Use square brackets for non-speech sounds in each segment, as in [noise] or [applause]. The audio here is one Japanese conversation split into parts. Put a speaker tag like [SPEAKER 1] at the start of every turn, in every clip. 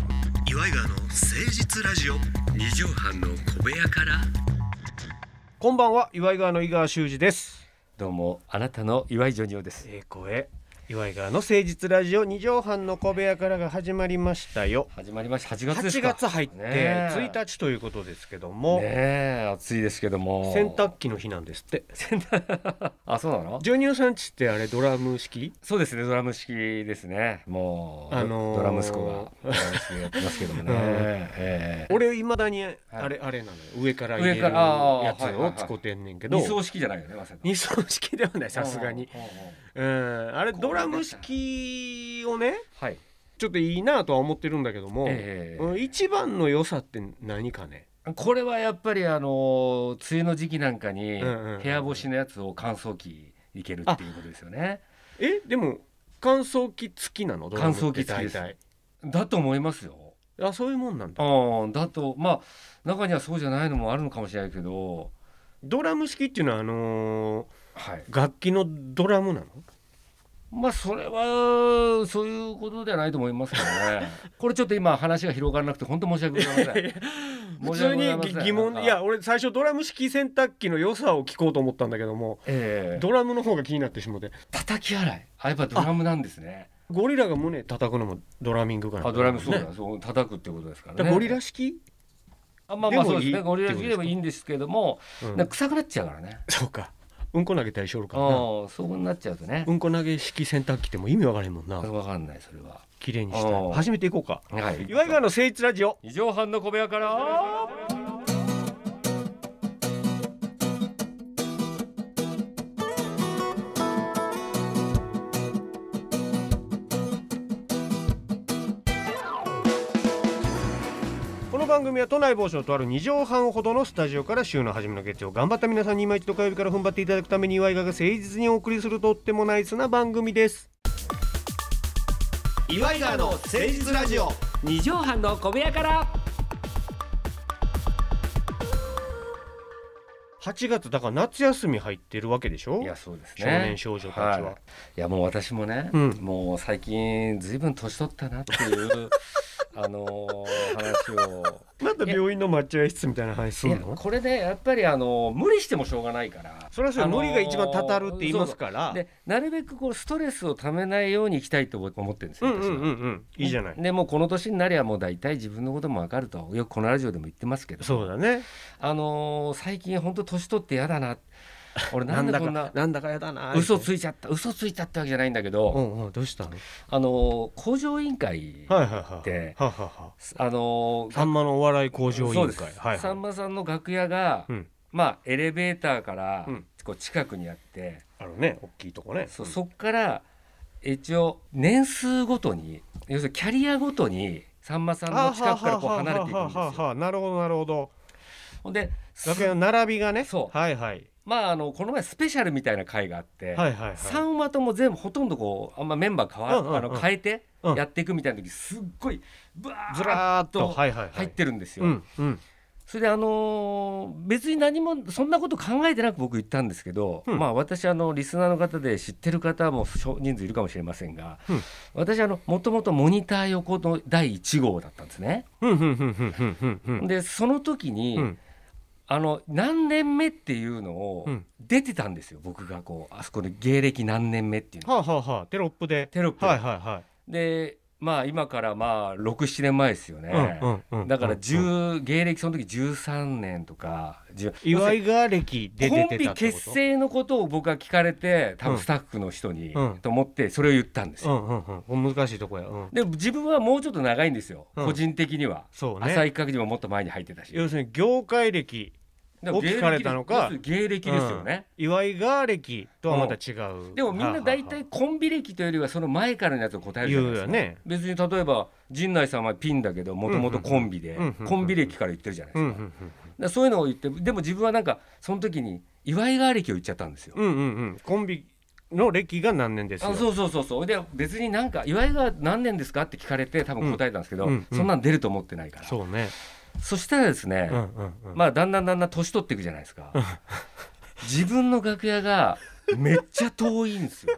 [SPEAKER 1] イガーの誠実ラジオ
[SPEAKER 2] 二畳半の小部屋から
[SPEAKER 1] こんばんは岩井川の井川修司です
[SPEAKER 2] どうもあなたの岩井ジョニオです
[SPEAKER 1] ええ声岩井川の誠実ラジオ二畳半の小部屋からが始まりましたよ
[SPEAKER 2] 始まりました8月です
[SPEAKER 1] 8
[SPEAKER 2] か
[SPEAKER 1] 月入って
[SPEAKER 2] ねえ
[SPEAKER 1] 1日ということですけど
[SPEAKER 2] ね
[SPEAKER 1] も、
[SPEAKER 2] え暑いですけども
[SPEAKER 1] 洗濯機の日なんですっ
[SPEAKER 2] [laughs]
[SPEAKER 1] て
[SPEAKER 2] あそうなの
[SPEAKER 1] ジョニオさんちってあれドラム式
[SPEAKER 2] そうですねドラム式ですねもう、
[SPEAKER 1] あのー
[SPEAKER 2] ドラム息子がドラム式でやってますけども
[SPEAKER 1] [laughs]
[SPEAKER 2] ね、
[SPEAKER 1] うん
[SPEAKER 2] ええ
[SPEAKER 1] 俺いまだにあれ、あれなのよ上から入れる
[SPEAKER 2] 上からあー
[SPEAKER 1] やつ
[SPEAKER 2] はいはいは
[SPEAKER 1] を
[SPEAKER 2] い
[SPEAKER 1] 使ってんねんけど、
[SPEAKER 2] 二層式じゃないよねまさか
[SPEAKER 1] 二層式ではないさすがに
[SPEAKER 2] うんうんうんうん
[SPEAKER 1] うんあれドラム式をね
[SPEAKER 2] はい
[SPEAKER 1] ちょっといいなとは思ってるんだけども、
[SPEAKER 2] ええ
[SPEAKER 1] うん一番の良さって何かね
[SPEAKER 2] これはやっぱりあの梅雨の時期なんかに
[SPEAKER 1] うんうんうん
[SPEAKER 2] 部屋干しのやつを乾燥機いけるっていうことですよね。
[SPEAKER 1] えでも乾燥機付きなのドラムって
[SPEAKER 2] 乾燥機付きです
[SPEAKER 1] 大体
[SPEAKER 2] だと思いますよ。
[SPEAKER 1] あそういうもんなんだ
[SPEAKER 2] うんだとまあ中にはそうじゃないのもあるのかもしれないけど、
[SPEAKER 1] ドラム式っていうのはあのー
[SPEAKER 2] はい、
[SPEAKER 1] 楽器のドラムなの
[SPEAKER 2] まあそれはそういうことではないと思いますけど [laughs] ねこれちょっと今話が広がらなくて本当申し訳ございませ
[SPEAKER 1] 普
[SPEAKER 2] ん。申し訳
[SPEAKER 1] 通
[SPEAKER 2] ござい
[SPEAKER 1] に
[SPEAKER 2] ません
[SPEAKER 1] ぎ疑問
[SPEAKER 2] なんか
[SPEAKER 1] いや俺最初ドラム式洗濯機の良さを聞こうと思ったんだけども
[SPEAKER 2] ええ
[SPEAKER 1] ドラムの方が気になってしもて
[SPEAKER 2] 叩き洗いあやっぱドラムなんですね。
[SPEAKER 1] ゴリラが胸叩くのもドラミングかな
[SPEAKER 2] あドラムそうだ、
[SPEAKER 1] ね
[SPEAKER 2] そう叩くってことです
[SPEAKER 1] だ
[SPEAKER 2] から
[SPEAKER 1] か
[SPEAKER 2] ね。
[SPEAKER 1] らゴリラ式、
[SPEAKER 2] あまあまあ
[SPEAKER 1] で
[SPEAKER 2] そ
[SPEAKER 1] も
[SPEAKER 2] うで
[SPEAKER 1] いい
[SPEAKER 2] すねゴリラ式でもいいんですけども、
[SPEAKER 1] うん
[SPEAKER 2] なんか臭くなっちゃうからね。
[SPEAKER 1] そうかうんこ投げたりしょるからな
[SPEAKER 2] ああそうなっちゃうとね
[SPEAKER 1] う。んこ投げ式洗濯機ってもう意味わからへんもんな
[SPEAKER 2] わかんないそれは。
[SPEAKER 1] 綺麗にした
[SPEAKER 2] う
[SPEAKER 1] い
[SPEAKER 2] ん
[SPEAKER 1] 初めて行こうか
[SPEAKER 2] はい。
[SPEAKER 1] 岩井川の誠一ラジオ
[SPEAKER 2] 二畳半の小部屋から。
[SPEAKER 1] この番組は都内某所とある2畳半ほどのスタジオから週の初めの月曜頑張った皆さんに今一度火曜日から踏ん張っていただくために岩井川が誠実にお送りするとってもナイスな番組です岩井川の誠実ラジオ
[SPEAKER 2] 二畳半の小部屋から。
[SPEAKER 1] 8月だから夏休み入ってるわけでしょ
[SPEAKER 2] いやそうですね。、
[SPEAKER 1] 少年少女たちはい
[SPEAKER 2] いやもう私もね、
[SPEAKER 1] うん
[SPEAKER 2] もう最近ずいぶん年取ったなっていう
[SPEAKER 1] [laughs]
[SPEAKER 2] あのー話を。
[SPEAKER 1] また病院の待合室みたいな話す
[SPEAKER 2] い
[SPEAKER 1] ん
[SPEAKER 2] や
[SPEAKER 1] の
[SPEAKER 2] これねやっぱりあのー無理してもしょうがないから。
[SPEAKER 1] それはそれ
[SPEAKER 2] あの
[SPEAKER 1] 無
[SPEAKER 2] ー
[SPEAKER 1] 理が一番たたるって言いますから
[SPEAKER 2] でなるべくこうストレスをためないようにいきたいと思ってるんです
[SPEAKER 1] う
[SPEAKER 2] よ。
[SPEAKER 1] んうんう
[SPEAKER 2] 私は
[SPEAKER 1] んうんいいじゃない
[SPEAKER 2] でもうこの年になりゃもう大体自分のことも分かるとよくこのラジオでも言ってますけど
[SPEAKER 1] そうだね
[SPEAKER 2] あのー最近本当年取って嫌だな俺な
[SPEAKER 1] なんん
[SPEAKER 2] で
[SPEAKER 1] だ
[SPEAKER 2] こん
[SPEAKER 1] か
[SPEAKER 2] な
[SPEAKER 1] なんだかやだな
[SPEAKER 2] 嘘
[SPEAKER 1] い
[SPEAKER 2] ついちゃった嘘ついちゃったわけじゃないんだけ
[SPEAKER 1] う
[SPEAKER 2] ど、
[SPEAKER 1] んうんどうしたの
[SPEAKER 2] あのー工場委員会、
[SPEAKER 1] はいはいはい
[SPEAKER 2] で
[SPEAKER 1] ははは
[SPEAKER 2] あのー
[SPEAKER 1] さんまのお笑い向上委
[SPEAKER 2] そう
[SPEAKER 1] 員
[SPEAKER 2] です
[SPEAKER 1] 会はい
[SPEAKER 2] さ
[SPEAKER 1] は
[SPEAKER 2] んまさんの楽屋が、
[SPEAKER 1] いうん
[SPEAKER 2] まあエレベーターから、
[SPEAKER 1] うん
[SPEAKER 2] こう近くにあって、
[SPEAKER 1] あのね大きいとこね
[SPEAKER 2] そそっから一応年数ごとに要するにキャリアごとにさんまさんの近くからこう離れていくんです
[SPEAKER 1] ははは
[SPEAKER 2] よ。
[SPEAKER 1] はなるほどなるほど
[SPEAKER 2] ほんで
[SPEAKER 1] 楽屋の並びがね
[SPEAKER 2] そう
[SPEAKER 1] はいはい
[SPEAKER 2] まあ、あのこの前スペシャルみたいな回があって、
[SPEAKER 1] はいはいはい
[SPEAKER 2] 3話とも全部ほとんどこうあんまメンバー変わ、
[SPEAKER 1] うんうんうん
[SPEAKER 2] あの変えて
[SPEAKER 1] うん
[SPEAKER 2] やっていくみたいな時すっごいブワ
[SPEAKER 1] ず
[SPEAKER 2] ーッ
[SPEAKER 1] らーっと
[SPEAKER 2] と
[SPEAKER 1] はいはいはい
[SPEAKER 2] 入ってるんですよ。
[SPEAKER 1] うんうん
[SPEAKER 2] それであのー別に何もそんなこと考えてなく僕言ったんですけど、
[SPEAKER 1] うん
[SPEAKER 2] まあ私あのリスナーの方で知ってる方も少人数いるかもしれませんが、
[SPEAKER 1] うん
[SPEAKER 2] 私あのもともとモニター横の第1号だったんですね。
[SPEAKER 1] うんうんうんうんうんうんうん
[SPEAKER 2] でその時に、
[SPEAKER 1] うん
[SPEAKER 2] あの何年目っていうのを
[SPEAKER 1] うん
[SPEAKER 2] 出てたんですよ、僕がこうあそこで芸歴何年目っていうの
[SPEAKER 1] はあはあはあテロップで
[SPEAKER 2] テロップで
[SPEAKER 1] はいはいは
[SPEAKER 2] でまあ今からまあ67年前ですよ
[SPEAKER 1] い
[SPEAKER 2] ね、
[SPEAKER 1] うんうんうん
[SPEAKER 2] だから
[SPEAKER 1] うんうん
[SPEAKER 2] 10芸歴その時13年とか10
[SPEAKER 1] 岩井が歴で出
[SPEAKER 2] コ
[SPEAKER 1] て
[SPEAKER 2] ンビ
[SPEAKER 1] たってこと
[SPEAKER 2] 結成のことを僕は聞かれて多
[SPEAKER 1] うん
[SPEAKER 2] 分スタッフの人に、
[SPEAKER 1] うん
[SPEAKER 2] と思ってそれを言ったんです
[SPEAKER 1] う
[SPEAKER 2] よ、
[SPEAKER 1] んうんうん難しいとこやうん
[SPEAKER 2] で自分はもうちょっと長いんですよ、
[SPEAKER 1] うん
[SPEAKER 2] 個人的には、
[SPEAKER 1] そう
[SPEAKER 2] 浅
[SPEAKER 1] ね
[SPEAKER 2] 井角にももっと前に入ってたし
[SPEAKER 1] 要するに業界歴
[SPEAKER 2] でも
[SPEAKER 1] を聞かれたのか
[SPEAKER 2] 芸歴ですよね、
[SPEAKER 1] うん岩井が歴とはまた違う
[SPEAKER 2] でもみんな大
[SPEAKER 1] は
[SPEAKER 2] 体コンビ歴というよりはその前からのやつを答
[SPEAKER 1] あはあ
[SPEAKER 2] えるじゃな
[SPEAKER 1] 言
[SPEAKER 2] いうです
[SPEAKER 1] よ
[SPEAKER 2] か、
[SPEAKER 1] ね
[SPEAKER 2] 別に例えば陣内さんはピンだけどもともとコンビで、
[SPEAKER 1] うんうんうんうん
[SPEAKER 2] コンビ歴から言ってるじゃないです
[SPEAKER 1] うんう
[SPEAKER 2] か,、
[SPEAKER 1] んうん
[SPEAKER 2] だからそういうのを言ってでも自分はなんかその時に祝いが歴を言っちゃったんですよ。
[SPEAKER 1] うんうんうんコンビの歴が何年ですよ
[SPEAKER 2] あそうそうそうそうで別になんか「祝いが何年ですか?」って聞かれて多分答えたんですけ
[SPEAKER 1] う
[SPEAKER 2] ど、
[SPEAKER 1] んうんうん
[SPEAKER 2] そんなん出ると思ってないからそ
[SPEAKER 1] そうね
[SPEAKER 2] したらですね、
[SPEAKER 1] うんうんうん
[SPEAKER 2] まあだんだんだんだん年取っていくじゃないですか
[SPEAKER 1] [laughs]
[SPEAKER 2] 自分の楽屋がめっちゃ遠いんですよ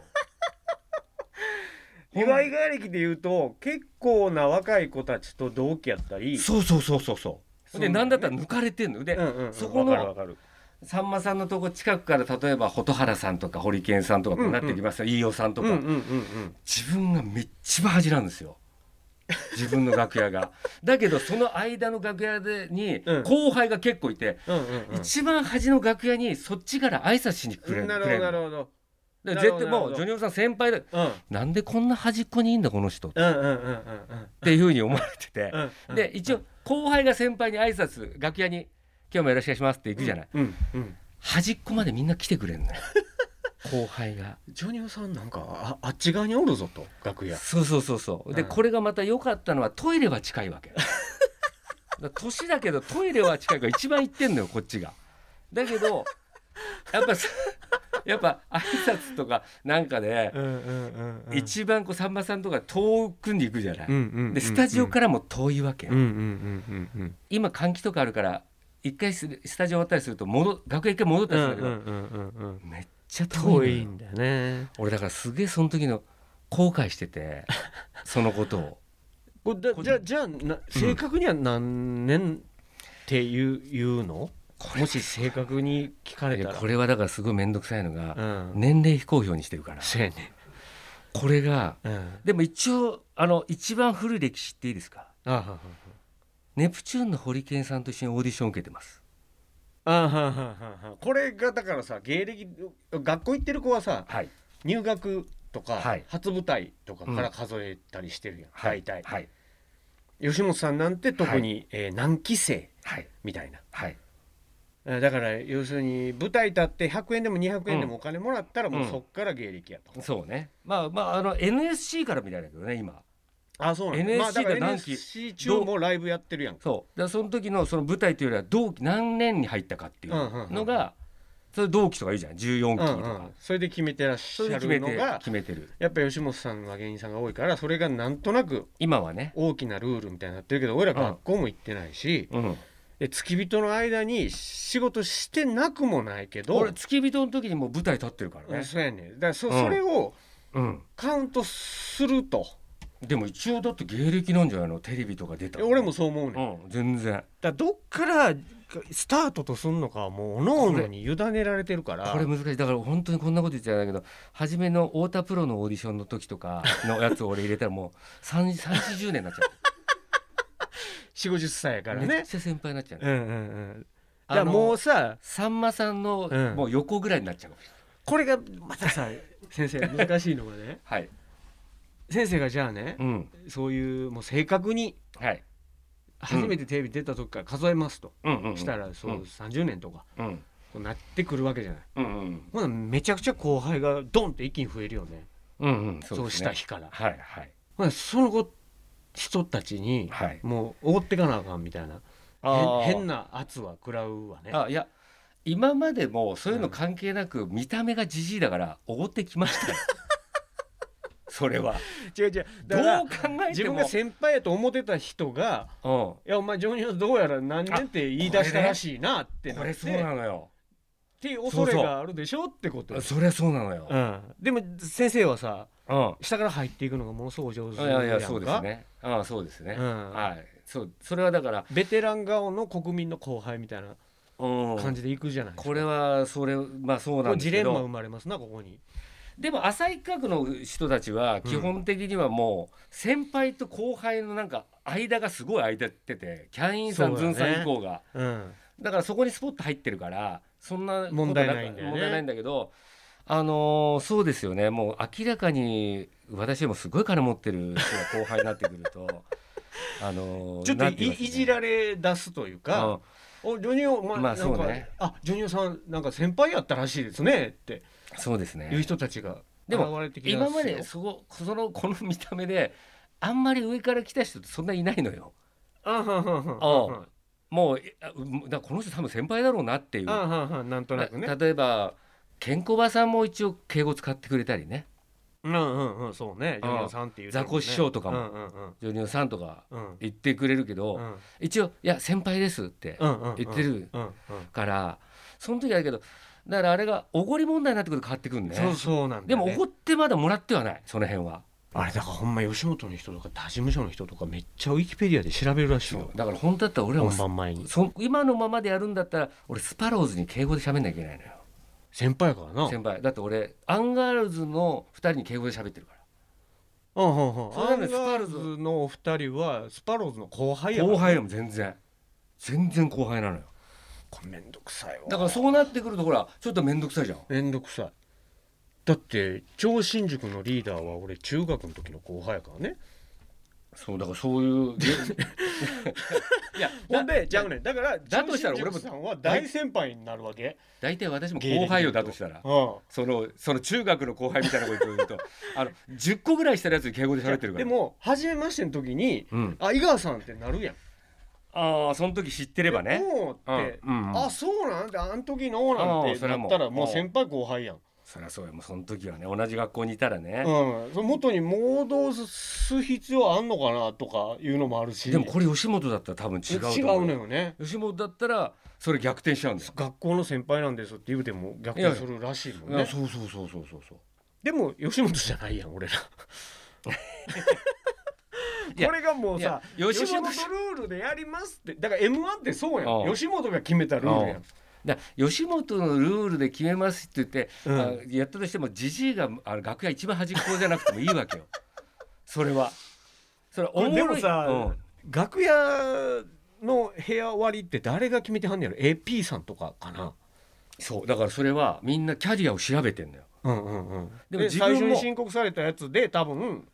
[SPEAKER 1] 岩井外歴で言うと結構な若い子たちと同期やったり
[SPEAKER 2] そうそうそうそうそうで
[SPEAKER 1] そうな
[SPEAKER 2] 何
[SPEAKER 1] ん
[SPEAKER 2] だ
[SPEAKER 1] だね
[SPEAKER 2] ったら抜かれてんので、
[SPEAKER 1] うんうんうん
[SPEAKER 2] そこの
[SPEAKER 1] わかるわかる
[SPEAKER 2] さんまさんのとこ近くから例えば蛍原さんとかホリケンさんとかこうなってきますよ、飯尾さんと
[SPEAKER 1] うん
[SPEAKER 2] か、
[SPEAKER 1] うんうんうん
[SPEAKER 2] 自分がめっちば恥なんですよ自分の楽
[SPEAKER 1] [laughs]
[SPEAKER 2] 屋がだけどその間の楽屋でに
[SPEAKER 1] うん
[SPEAKER 2] 後輩が結構いて、
[SPEAKER 1] うんうんうん
[SPEAKER 2] 一番端の楽屋にそっちから挨拶しに来れる
[SPEAKER 1] なる
[SPEAKER 2] く
[SPEAKER 1] ほ
[SPEAKER 2] れ
[SPEAKER 1] ど
[SPEAKER 2] る
[SPEAKER 1] なるほど
[SPEAKER 2] だから
[SPEAKER 1] なる
[SPEAKER 2] 絶
[SPEAKER 1] ほどな
[SPEAKER 2] 対
[SPEAKER 1] る
[SPEAKER 2] も
[SPEAKER 1] ほ
[SPEAKER 2] う
[SPEAKER 1] ど
[SPEAKER 2] ジョニオさん先輩だ
[SPEAKER 1] うん
[SPEAKER 2] なんでこんな端っこにいいんだこの人っ
[SPEAKER 1] うんうんうんうん
[SPEAKER 2] ていうふうに思われてて、
[SPEAKER 1] うんうん
[SPEAKER 2] で一応後輩が先輩に挨拶楽屋に「今日もよろしくお願いします」って行くじゃない、
[SPEAKER 1] うんうん
[SPEAKER 2] 端っこまでみんな来てくれんのよ [laughs] 後輩が
[SPEAKER 1] ジョニオさんなんかああっち側におるぞと楽屋
[SPEAKER 2] そうそうそうそうで、
[SPEAKER 1] うん
[SPEAKER 2] これがまた良かったのはトイレは近いわけだから年だけどトイレは近いから一番行ってんのよこっちがだけどやっぱさ [laughs] やっぱ挨拶とかなんかで、
[SPEAKER 1] うんうんうんうん
[SPEAKER 2] 一番こうさんまさんとか遠くに行くじゃない、
[SPEAKER 1] うんうんうんうん
[SPEAKER 2] でスタジオからも遠いわけ、
[SPEAKER 1] うんうんうんうんうん
[SPEAKER 2] 今換気とかあるから一回するスタジオ終わったりすると戻楽屋一回戻ったりするんだけど、
[SPEAKER 1] うんうんうん
[SPEAKER 2] めっちゃ遠
[SPEAKER 1] 遠
[SPEAKER 2] いの
[SPEAKER 1] い
[SPEAKER 2] よ
[SPEAKER 1] んだよね
[SPEAKER 2] 俺だからすげえその時の後悔し
[SPEAKER 1] [laughs]
[SPEAKER 2] ててそのことを
[SPEAKER 1] これだじゃあじゃあな正確には何年っていう言うの、もし正確に聞かれ
[SPEAKER 2] い
[SPEAKER 1] た
[SPEAKER 2] や
[SPEAKER 1] ら
[SPEAKER 2] これはだからすごい面倒くさいの
[SPEAKER 1] う
[SPEAKER 2] が、
[SPEAKER 1] ん
[SPEAKER 2] 年齢非公表にしてるから
[SPEAKER 1] そうやね
[SPEAKER 2] これが
[SPEAKER 1] うん
[SPEAKER 2] でも一応あの一番古い歴史っていいですか
[SPEAKER 1] あはは
[SPEAKER 2] ネプチューンのホリケンさんと一緒にオーディション受けてます
[SPEAKER 1] あははははこれがだからさ芸歴学校行ってる子はさ
[SPEAKER 2] はい
[SPEAKER 1] 入学とか、
[SPEAKER 2] はい
[SPEAKER 1] 初舞台とかから数えたりしてるやん、
[SPEAKER 2] はい
[SPEAKER 1] 大体、
[SPEAKER 2] はい
[SPEAKER 1] 吉本さんなんて特に、えー何期生
[SPEAKER 2] はい
[SPEAKER 1] みたいな
[SPEAKER 2] はい
[SPEAKER 1] えーだから要するに舞台立って100円でも200円でもお金もらったらもううんそっから芸歴やと、
[SPEAKER 2] そうねまあまああの NSC からみたいだけどね今
[SPEAKER 1] あそうなんだ
[SPEAKER 2] NSC
[SPEAKER 1] まあ、だから
[SPEAKER 2] が何期
[SPEAKER 1] NSC 中もライブやってるやんか
[SPEAKER 2] そうだからその時のその舞台というよりは同期何年に入ったかっていう
[SPEAKER 1] うんうんうん
[SPEAKER 2] のがそれ同期とかいいじゃん14期とか、
[SPEAKER 1] うんうんそれで決めてらっし
[SPEAKER 2] それ
[SPEAKER 1] ゃ
[SPEAKER 2] で決
[SPEAKER 1] る
[SPEAKER 2] め
[SPEAKER 1] の
[SPEAKER 2] て
[SPEAKER 1] が
[SPEAKER 2] 決めてる
[SPEAKER 1] やっぱ吉本さんは芸人さんが多いからそれがなんとなく
[SPEAKER 2] 今はね
[SPEAKER 1] 大きなルールみたいになってるけど俺ら学校も行ってないし、
[SPEAKER 2] うん
[SPEAKER 1] え付き人の間に仕事してなくもないけど
[SPEAKER 2] 俺付き人の時にもう舞台立ってるから
[SPEAKER 1] うん
[SPEAKER 2] ね
[SPEAKER 1] そうやねだからそ,、
[SPEAKER 2] うん
[SPEAKER 1] それを
[SPEAKER 2] うん
[SPEAKER 1] カウントすると
[SPEAKER 2] でも一応だって芸歴なんじゃないのテレビとか出た
[SPEAKER 1] え俺もそう思うねんだか
[SPEAKER 2] うん全然
[SPEAKER 1] らどっからスタートとすんのかはもうおのおのに委ねられてるから
[SPEAKER 2] これ難しいだから本当にこんなこと言っちゃうんだけど初めの太田プロのオーディションの時とかのやつを俺入れたらもう3 4 0年になっちゃ
[SPEAKER 1] 4 5 0歳やか
[SPEAKER 2] う
[SPEAKER 1] ら
[SPEAKER 2] めっ
[SPEAKER 1] ね
[SPEAKER 2] ちゃ先輩になっちゃう
[SPEAKER 1] うんうんうんだか
[SPEAKER 2] あ
[SPEAKER 1] ら
[SPEAKER 2] の
[SPEAKER 1] もうさ
[SPEAKER 2] さんまさんの
[SPEAKER 1] うん
[SPEAKER 2] もう横ぐらいになっちゃうかもしれ
[SPEAKER 1] これがまたさ先生難しいのがね
[SPEAKER 2] ないはい
[SPEAKER 1] 先生がじゃあね
[SPEAKER 2] うん
[SPEAKER 1] そういうもう正確に
[SPEAKER 2] はい
[SPEAKER 1] 初めてテレビ出た時から数えますと、
[SPEAKER 2] うんうん
[SPEAKER 1] したらそううん30年とか
[SPEAKER 2] うん
[SPEAKER 1] こうなってくるわけじゃない
[SPEAKER 2] うんうん
[SPEAKER 1] ほなめちゃくちゃ後輩がドンって一気に増えるよね
[SPEAKER 2] うんうん
[SPEAKER 1] そう
[SPEAKER 2] です
[SPEAKER 1] し
[SPEAKER 2] ね
[SPEAKER 1] た日から
[SPEAKER 2] はいはい
[SPEAKER 1] ほなその後人たちに
[SPEAKER 2] はい
[SPEAKER 1] もう覆ってかなあかんみたいな
[SPEAKER 2] あー
[SPEAKER 1] 変変な圧は食らうわね
[SPEAKER 2] あいや今までもそういうの関係なく、見た目がじじいだからおごってきましたよ
[SPEAKER 1] [laughs]
[SPEAKER 2] それは
[SPEAKER 1] 違う違う
[SPEAKER 2] どう考え
[SPEAKER 1] 自
[SPEAKER 2] て
[SPEAKER 1] 分
[SPEAKER 2] も
[SPEAKER 1] が先輩やと思ってた人が
[SPEAKER 2] うん
[SPEAKER 1] 「いやお前ジョニオどうやら何年って言い出したらしいな」って
[SPEAKER 2] こ
[SPEAKER 1] な
[SPEAKER 2] れ
[SPEAKER 1] っ
[SPEAKER 2] そう
[SPEAKER 1] て
[SPEAKER 2] なのよ
[SPEAKER 1] っていう恐れがあるでしょってことよ
[SPEAKER 2] そりゃそうなのよ
[SPEAKER 1] うん、でも先生はさ
[SPEAKER 2] うん
[SPEAKER 1] 下から入っていくのがものすごく上手
[SPEAKER 2] い
[SPEAKER 1] んか
[SPEAKER 2] やいやそうですねああそうですね、
[SPEAKER 1] うん
[SPEAKER 2] はいそうそれはだから、
[SPEAKER 1] ベテラン顔の国民の後輩みたいな
[SPEAKER 2] うん、
[SPEAKER 1] 感じでいくじゃないですか
[SPEAKER 2] これはそれまあそ
[SPEAKER 1] こ
[SPEAKER 2] うな
[SPEAKER 1] れ
[SPEAKER 2] んです
[SPEAKER 1] ジレ
[SPEAKER 2] け
[SPEAKER 1] ンマ生
[SPEAKER 2] ど
[SPEAKER 1] まれますなここに
[SPEAKER 2] でも浅い企画の人たちは基本的にはもう先輩と後輩のなんか間がすごい空いててキャインさ
[SPEAKER 1] そう
[SPEAKER 2] ん、
[SPEAKER 1] だ
[SPEAKER 2] ズ
[SPEAKER 1] ね
[SPEAKER 2] ンさん以降が
[SPEAKER 1] うん
[SPEAKER 2] だからそこにスポット入ってるからそんなこと
[SPEAKER 1] 問題ないんだよね
[SPEAKER 2] 問題ないんだけどあのーそうですよねもう明らかに私よりもすごい金持ってる人が後輩になってくると [laughs] あのー
[SPEAKER 1] ちょっと,、
[SPEAKER 2] ないてきますね
[SPEAKER 1] じられ出すという
[SPEAKER 2] う
[SPEAKER 1] か
[SPEAKER 2] ん
[SPEAKER 1] 「おジョニオ、まあ
[SPEAKER 2] まあ
[SPEAKER 1] なんか
[SPEAKER 2] そうね
[SPEAKER 1] あジョニオさんなんか先輩やったらしいですね」って
[SPEAKER 2] そうです
[SPEAKER 1] いう
[SPEAKER 2] ね
[SPEAKER 1] 人たちが
[SPEAKER 2] で
[SPEAKER 1] 現
[SPEAKER 2] も
[SPEAKER 1] れてき
[SPEAKER 2] 今
[SPEAKER 1] ますよ
[SPEAKER 2] までそこその [laughs] この見た目であんまり上から来た人ってそんないないのよ
[SPEAKER 1] あはんはんはん
[SPEAKER 2] うん
[SPEAKER 1] はん
[SPEAKER 2] もうえあうんだからこの人多分先輩だろうなっていう
[SPEAKER 1] あはんはんなんとなくね
[SPEAKER 2] な例えばケンコバさんも一応敬語使ってくれたりね
[SPEAKER 1] うんうんうんそうねジョニオさんっていう
[SPEAKER 2] ザコ師匠とかも
[SPEAKER 1] うんうんうん
[SPEAKER 2] ジョニオさんとか
[SPEAKER 1] うん
[SPEAKER 2] 言ってくれるけど、
[SPEAKER 1] うん
[SPEAKER 2] 一応「いや先輩です」って
[SPEAKER 1] うんうんうん
[SPEAKER 2] 言ってる
[SPEAKER 1] うんうん
[SPEAKER 2] から、その時はだけどだからあれがおごり問題になってくると変わってくるね
[SPEAKER 1] そうそうなんだ
[SPEAKER 2] で
[SPEAKER 1] よ
[SPEAKER 2] も
[SPEAKER 1] ね
[SPEAKER 2] おごってまだもらってはないその辺は
[SPEAKER 1] あれだからほんま吉本の人とか他事務所の人とかめっちゃウィキペディアで調べるらしいよ
[SPEAKER 2] だから本当だったら俺はもう
[SPEAKER 1] 本番前に
[SPEAKER 2] そ今のままでやるんだったら俺スパローズに敬語で喋んなきゃいけないのよ
[SPEAKER 1] 先輩やからな
[SPEAKER 2] 先輩だって俺アンガールズの2人に敬語で喋ってるか
[SPEAKER 1] うんうんうん
[SPEAKER 2] そうな
[SPEAKER 1] ア
[SPEAKER 2] んで
[SPEAKER 1] ン
[SPEAKER 2] す
[SPEAKER 1] ガールズのお二人はスパローズの後輩や
[SPEAKER 2] ら
[SPEAKER 1] から
[SPEAKER 2] 後輩でも全然全然後輩なのよ
[SPEAKER 1] これめんどくさいわ
[SPEAKER 2] だからそうなってくるとほらちょっと面倒くさいじゃん
[SPEAKER 1] めんどくさいだって超新宿のリーダーは俺中学の時の後輩やからね
[SPEAKER 2] そうだからそういうげ [laughs] いや
[SPEAKER 1] ほんでじゃあねだから
[SPEAKER 2] だとしたら俺も
[SPEAKER 1] 超新宿さんは大先輩になるわけ
[SPEAKER 2] 大体私も後輩よだとしたら
[SPEAKER 1] うん
[SPEAKER 2] そのその中学の後輩みたいなこと言うとあの10個ぐらいしてるやつに敬語で喋ってるから
[SPEAKER 1] でも初めましての時に
[SPEAKER 2] うん
[SPEAKER 1] 「あ井川さん」ってなるやん
[SPEAKER 2] ああその時知ってればね
[SPEAKER 1] もうって、
[SPEAKER 2] うんうんうん
[SPEAKER 1] あそうなんだあん時のなん
[SPEAKER 2] あ
[SPEAKER 1] て
[SPEAKER 2] それ
[SPEAKER 1] な
[SPEAKER 2] はも
[SPEAKER 1] っ
[SPEAKER 2] う
[SPEAKER 1] たらもう先輩後輩やん、
[SPEAKER 2] そりゃそうよもうその時はね同じ学校にいたらね、
[SPEAKER 1] うん、その元に戻す必要あんのかなとかいうのもあるし
[SPEAKER 2] でもこれ吉本だったら多分違うと思
[SPEAKER 1] 違うのよね
[SPEAKER 2] 吉本だったらそれ逆転しちゃうんだよ、
[SPEAKER 1] 学校の先輩なんですって言うても逆転するらしいもんね
[SPEAKER 2] あそうそうそうそうそうそう
[SPEAKER 1] でも吉本じゃないやん俺
[SPEAKER 2] [laughs]
[SPEAKER 1] ら
[SPEAKER 2] いや
[SPEAKER 1] これがもう
[SPEAKER 2] い
[SPEAKER 1] さ
[SPEAKER 2] や
[SPEAKER 1] 吉
[SPEAKER 2] 吉
[SPEAKER 1] 本
[SPEAKER 2] 本
[SPEAKER 1] ルールでやりますってだから m 1ってそうや
[SPEAKER 2] うんん
[SPEAKER 1] 吉本が決めたルールやん
[SPEAKER 2] だから吉本のルールで決めますって言って、
[SPEAKER 1] うん
[SPEAKER 2] あやったとしてもじじいがあの楽屋一番端っこじゃなくてもいいわけよそれはそれはおもろい
[SPEAKER 1] でもさ、
[SPEAKER 2] うん
[SPEAKER 1] 楽屋の部屋割りって誰が決めてはんねやろ AP さんとかかな
[SPEAKER 2] そうだからそれはみんなキャリアを調べてんだよ
[SPEAKER 1] うんうんうんで
[SPEAKER 2] で
[SPEAKER 1] も
[SPEAKER 2] も自分
[SPEAKER 1] 最
[SPEAKER 2] も
[SPEAKER 1] 初に申告されたやつで多分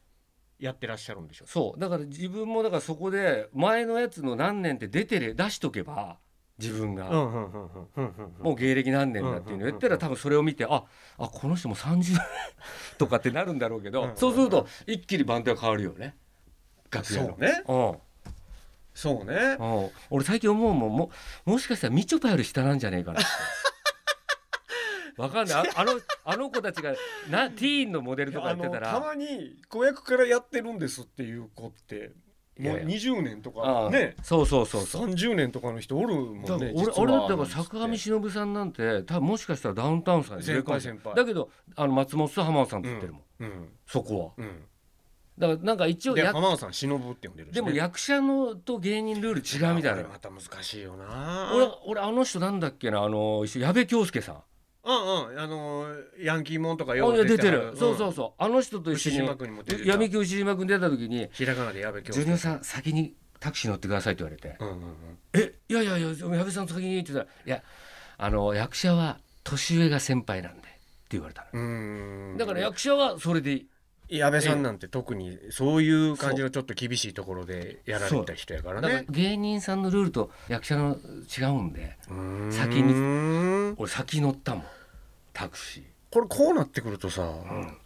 [SPEAKER 1] やってらっしゃるんでしょ
[SPEAKER 2] そうだから自分もだからそこで前のやつの何年って出てれ出しとけば自分が、
[SPEAKER 1] うんうんうんうんうんうん
[SPEAKER 2] もう芸歴何年だっていうのを言ったら多分それを見てああこの人もう30年 [laughs] とかってなるんだろう
[SPEAKER 1] う
[SPEAKER 2] け
[SPEAKER 1] ん
[SPEAKER 2] ど
[SPEAKER 1] うんうん
[SPEAKER 2] そうすると一気に番手は変わるよね楽
[SPEAKER 1] そ
[SPEAKER 2] 屋
[SPEAKER 1] うね
[SPEAKER 2] の。
[SPEAKER 1] そうね
[SPEAKER 2] うんうん俺最近思うもんももしかしたらみちょぱより下なんじゃねえかなって [laughs] わかんないああのあの子たちがなティーンのモデルとか
[SPEAKER 1] あ
[SPEAKER 2] やって
[SPEAKER 1] の
[SPEAKER 2] た
[SPEAKER 1] た
[SPEAKER 2] ら
[SPEAKER 1] まに子役からやってるんですっていう子ってもう
[SPEAKER 2] いやいや
[SPEAKER 1] 20年とか
[SPEAKER 2] あ
[SPEAKER 1] ね
[SPEAKER 2] そうそうそうそう
[SPEAKER 1] 30年とかの人おるも
[SPEAKER 2] だ
[SPEAKER 1] ん
[SPEAKER 2] から
[SPEAKER 1] ね
[SPEAKER 2] 俺
[SPEAKER 1] 実は
[SPEAKER 2] 俺だったら坂上忍さんなんて多分もしかしたらダウンタウンさんに入れ替え
[SPEAKER 1] 先輩先輩
[SPEAKER 2] だけどあの松本さん浜田さんって言ってるもん、
[SPEAKER 1] うん
[SPEAKER 2] そこは
[SPEAKER 1] うん
[SPEAKER 2] だからなんか一応
[SPEAKER 1] で
[SPEAKER 2] や
[SPEAKER 1] 浜田さん忍ぶって呼んでるし
[SPEAKER 2] で
[SPEAKER 1] ね
[SPEAKER 2] も役者のと芸人ルール違うみたい
[SPEAKER 1] これ
[SPEAKER 2] な
[SPEAKER 1] また難しいよな
[SPEAKER 2] 俺俺あの人なんだっけなあの一緒矢部恭介さん
[SPEAKER 1] うんうんあのーヤンキーもんとか
[SPEAKER 2] あいや出てる、そうそううそうあの人と
[SPEAKER 1] ん
[SPEAKER 2] 一
[SPEAKER 1] 牛
[SPEAKER 2] 緒
[SPEAKER 1] 島
[SPEAKER 2] に
[SPEAKER 1] 君にも出てた
[SPEAKER 2] 闇木牛島君出た時に
[SPEAKER 1] ひらがなで矢部
[SPEAKER 2] 「
[SPEAKER 1] 教
[SPEAKER 2] ジュニアさん先にタクシー乗ってください」って言われて
[SPEAKER 1] うんうん
[SPEAKER 2] 「えいやいやいや矢部さん先に」って言ったら「いやあの役者は年上が先輩なんで」って言われた
[SPEAKER 1] う
[SPEAKER 2] の
[SPEAKER 1] んうーん
[SPEAKER 2] だから役者はそれでいい
[SPEAKER 1] 矢部さんなんて特にそういう感じのちょっと厳しいところでやられた人やから
[SPEAKER 2] だから
[SPEAKER 1] ね
[SPEAKER 2] 芸人さんのルールと役者の違うんで
[SPEAKER 1] うーん
[SPEAKER 2] 先に俺先乗ったもんタクシー
[SPEAKER 1] これこうなってくるとさ、
[SPEAKER 2] ん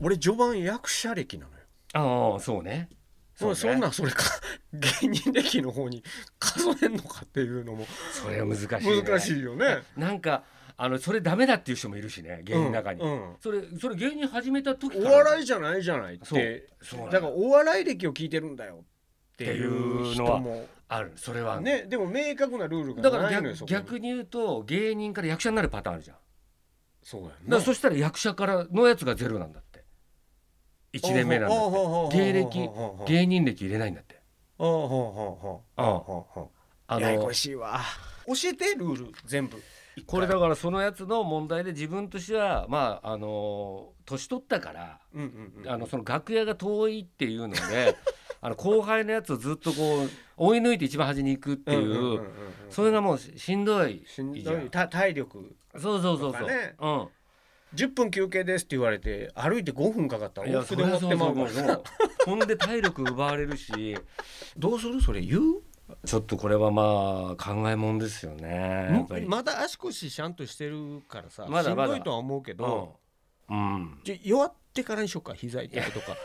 [SPEAKER 1] 俺序盤役者歴なのよ
[SPEAKER 2] ああそうね
[SPEAKER 1] そ,、
[SPEAKER 2] ね
[SPEAKER 1] んなんそれか [laughs] 芸人歴の方に [laughs] 数えんのかっていうのも
[SPEAKER 2] それは難しい、ね、
[SPEAKER 1] 難しいよね
[SPEAKER 2] なんかあのそれダメだっていう人もいるしね芸人の中に、
[SPEAKER 1] うんうん
[SPEAKER 2] それそれ芸人始めた時
[SPEAKER 1] お
[SPEAKER 2] から
[SPEAKER 1] 笑いじゃないじゃないって
[SPEAKER 2] そうそう
[SPEAKER 1] だからお笑い歴を聞いてるんだよっていう人も
[SPEAKER 2] あるそれはある
[SPEAKER 1] ねでも明確なルール
[SPEAKER 2] だ
[SPEAKER 1] が
[SPEAKER 2] か
[SPEAKER 1] な
[SPEAKER 2] ら
[SPEAKER 1] いのよそ
[SPEAKER 2] 逆
[SPEAKER 1] こに
[SPEAKER 2] 逆に言うと芸人から役者になるパターンあるじゃんだ
[SPEAKER 1] そうや
[SPEAKER 2] からそしたら役者からのやつがゼロなんだって1年目なんだって芸歴
[SPEAKER 1] 芸
[SPEAKER 2] 芸人歴入れないんだってああ
[SPEAKER 1] あやや
[SPEAKER 2] の
[SPEAKER 1] こしいわ教えてルール全部
[SPEAKER 2] これだからそのやつの問題で自分としてはまああの年取ったから
[SPEAKER 1] うんうんうん
[SPEAKER 2] あのその楽屋が遠いっていうの
[SPEAKER 1] [laughs]
[SPEAKER 2] であの後輩のやつをずっとこう追い抜いて一番端に行くってい
[SPEAKER 1] んんんん
[SPEAKER 2] う。
[SPEAKER 1] ん
[SPEAKER 2] それがもうししんどい
[SPEAKER 1] しん
[SPEAKER 2] じ
[SPEAKER 1] ど
[SPEAKER 2] ゃ
[SPEAKER 1] いた体力
[SPEAKER 2] そうそうそうそ
[SPEAKER 1] と
[SPEAKER 2] う、
[SPEAKER 1] かね
[SPEAKER 2] うん
[SPEAKER 1] 10分休憩ですって言われて歩いて5分かかったら往復で終わってまうから
[SPEAKER 2] そりゃそうそうもう [laughs] ほんで体力奪われるし
[SPEAKER 1] どうするそれ言う
[SPEAKER 2] ちょっとこれはまあ考えもんですよねやっぱり
[SPEAKER 1] まだ足腰ちゃんとしてるからさ
[SPEAKER 2] まだまだ
[SPEAKER 1] しんどいとは思うけど、
[SPEAKER 2] うん、うん
[SPEAKER 1] じゃ弱ってからにしようか膝痛いと [laughs] か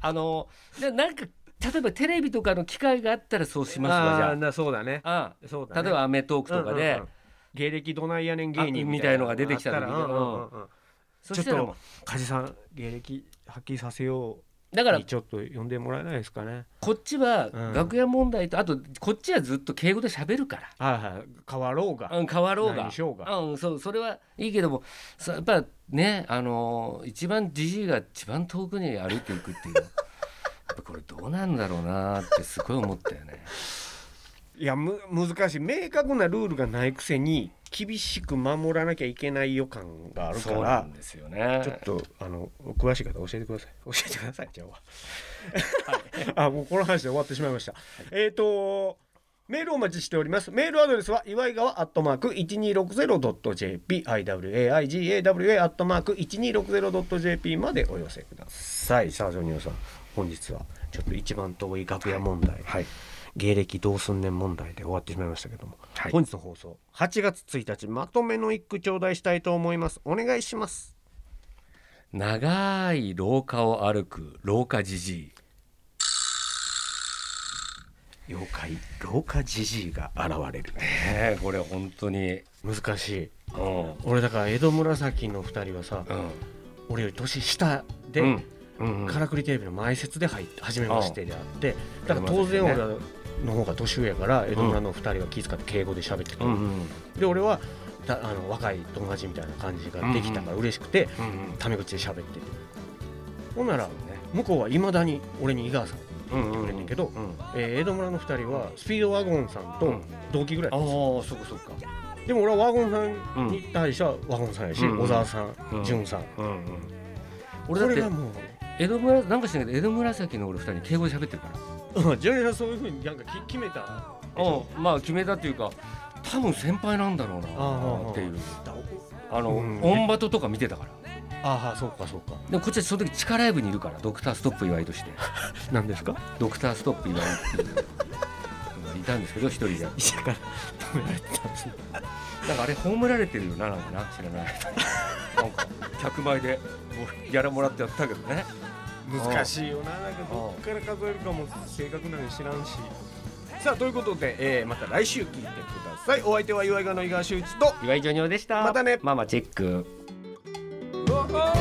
[SPEAKER 2] あのでなんか例えばテレビとかの機会があったらそうしますわじゃ
[SPEAKER 1] あーなそうだね
[SPEAKER 2] ああ
[SPEAKER 1] そうだ
[SPEAKER 2] あ
[SPEAKER 1] ね
[SPEAKER 2] 例えば『アメトーク』とかで、
[SPEAKER 1] うんうんうん芸歴どないやねん芸人
[SPEAKER 2] あみたいのが出てきた時
[SPEAKER 1] あっら
[SPEAKER 2] うんうんうん
[SPEAKER 1] うんうん
[SPEAKER 2] そしたらもう
[SPEAKER 1] 梶さん芸歴発揮させよう
[SPEAKER 2] だから
[SPEAKER 1] にちょっと呼んでもらえないですかね
[SPEAKER 2] こっちは
[SPEAKER 1] うん
[SPEAKER 2] 楽屋問題と、あとこっちはずっと敬語で喋るから。
[SPEAKER 1] はいはい変わろうが
[SPEAKER 2] うん、変わろうが
[SPEAKER 1] 何しようが
[SPEAKER 2] ん、そうそれはいいけどもさやっぱねあのー一番じじいが一番遠くに歩いていく
[SPEAKER 1] [laughs]
[SPEAKER 2] っていうやっぱこれどうなんだろうなってすごい思ったよね。
[SPEAKER 1] いやむ難しい明確なルールがないくせに厳しく守らなきゃいけない予感があるか
[SPEAKER 2] そうな
[SPEAKER 1] ら
[SPEAKER 2] んですよね
[SPEAKER 1] ちょっとあの詳しい方教えてください [laughs] 教えてくださいじゃ [laughs] ああもうこの話で終わってしまいました、えっ、とメールをお待ちしておりますメールアドレスは岩井川アットマーク 1260.jp iwaigawa アットマーク 1260.jp までお寄せくださいさあジョニオさん本日はちょっと一番遠い楽屋問題、
[SPEAKER 2] はい
[SPEAKER 1] 芸歴同寸年問題で終わってしまいましたけども、
[SPEAKER 2] はい
[SPEAKER 1] 本日の放送8月1日まとめの一句頂戴したいと思いますお願いします
[SPEAKER 2] 長い廊下を歩く廊下じじい
[SPEAKER 1] 妖怪老化じじいが現れる
[SPEAKER 2] ねえこれ本当に
[SPEAKER 1] 難しい
[SPEAKER 2] うん
[SPEAKER 1] 俺だから江戸紫の2人はさ俺より年下で、
[SPEAKER 2] うんうんうん
[SPEAKER 1] からくりテレビの前説で入って初めましてであってだから当然俺
[SPEAKER 2] 江戸紫
[SPEAKER 1] の方が年上やから江戸村の2人は気遣って敬語で喋ってくる、
[SPEAKER 2] うんうん
[SPEAKER 1] で俺はだあの若い友達みたいな感じができたから嬉しくて
[SPEAKER 2] うん
[SPEAKER 1] タメ口で喋っててほんなら
[SPEAKER 2] そうね
[SPEAKER 1] 向こうはいまだに俺に井川さん、
[SPEAKER 2] うんうん
[SPEAKER 1] 言ってくれてんけど
[SPEAKER 2] うんあ
[SPEAKER 1] えー江戸村の2人はスピードワゴンさん
[SPEAKER 2] う
[SPEAKER 1] と
[SPEAKER 2] ん
[SPEAKER 1] 同期ぐらい
[SPEAKER 2] あーそっかそっか
[SPEAKER 1] でも俺はワゴンさんに対してはワゴンさんやし、
[SPEAKER 2] うん
[SPEAKER 1] 小沢さん、
[SPEAKER 2] うん
[SPEAKER 1] ジュンさん、
[SPEAKER 2] うんうん
[SPEAKER 1] こ
[SPEAKER 2] 俺だっ
[SPEAKER 1] れ
[SPEAKER 2] て
[SPEAKER 1] がも
[SPEAKER 2] 江戸村なんかしないけど江戸紫の俺二人に敬語で喋ってるから
[SPEAKER 1] う、うん、ジュニアさんそういうふうになんかき決めたでしょ
[SPEAKER 2] うんまあ決めたっていうか多分先輩なんだろうなっていう
[SPEAKER 1] だ
[SPEAKER 2] あの、
[SPEAKER 1] うん
[SPEAKER 2] オンバトとか見てたから
[SPEAKER 1] ああそうかそうか
[SPEAKER 2] でもこっちはその時地下ライブにいるからドクターストップ岩井として
[SPEAKER 1] 何ですか
[SPEAKER 2] ドクターストップ岩井っていうのがいたんですけど一人で
[SPEAKER 1] 医者から止められてたんです
[SPEAKER 2] なんかあれ葬られてるよななんかな知らない [laughs] なんか客前でギャラもらってやったけどね
[SPEAKER 1] 難しいよななんかどっから数えるかも正確なの知らんしさあということで、えーまた来週聞いてくださいお相手は岩井川の井川修一と
[SPEAKER 2] 岩井ジョニオでした
[SPEAKER 1] またね
[SPEAKER 2] ママチェック
[SPEAKER 1] 「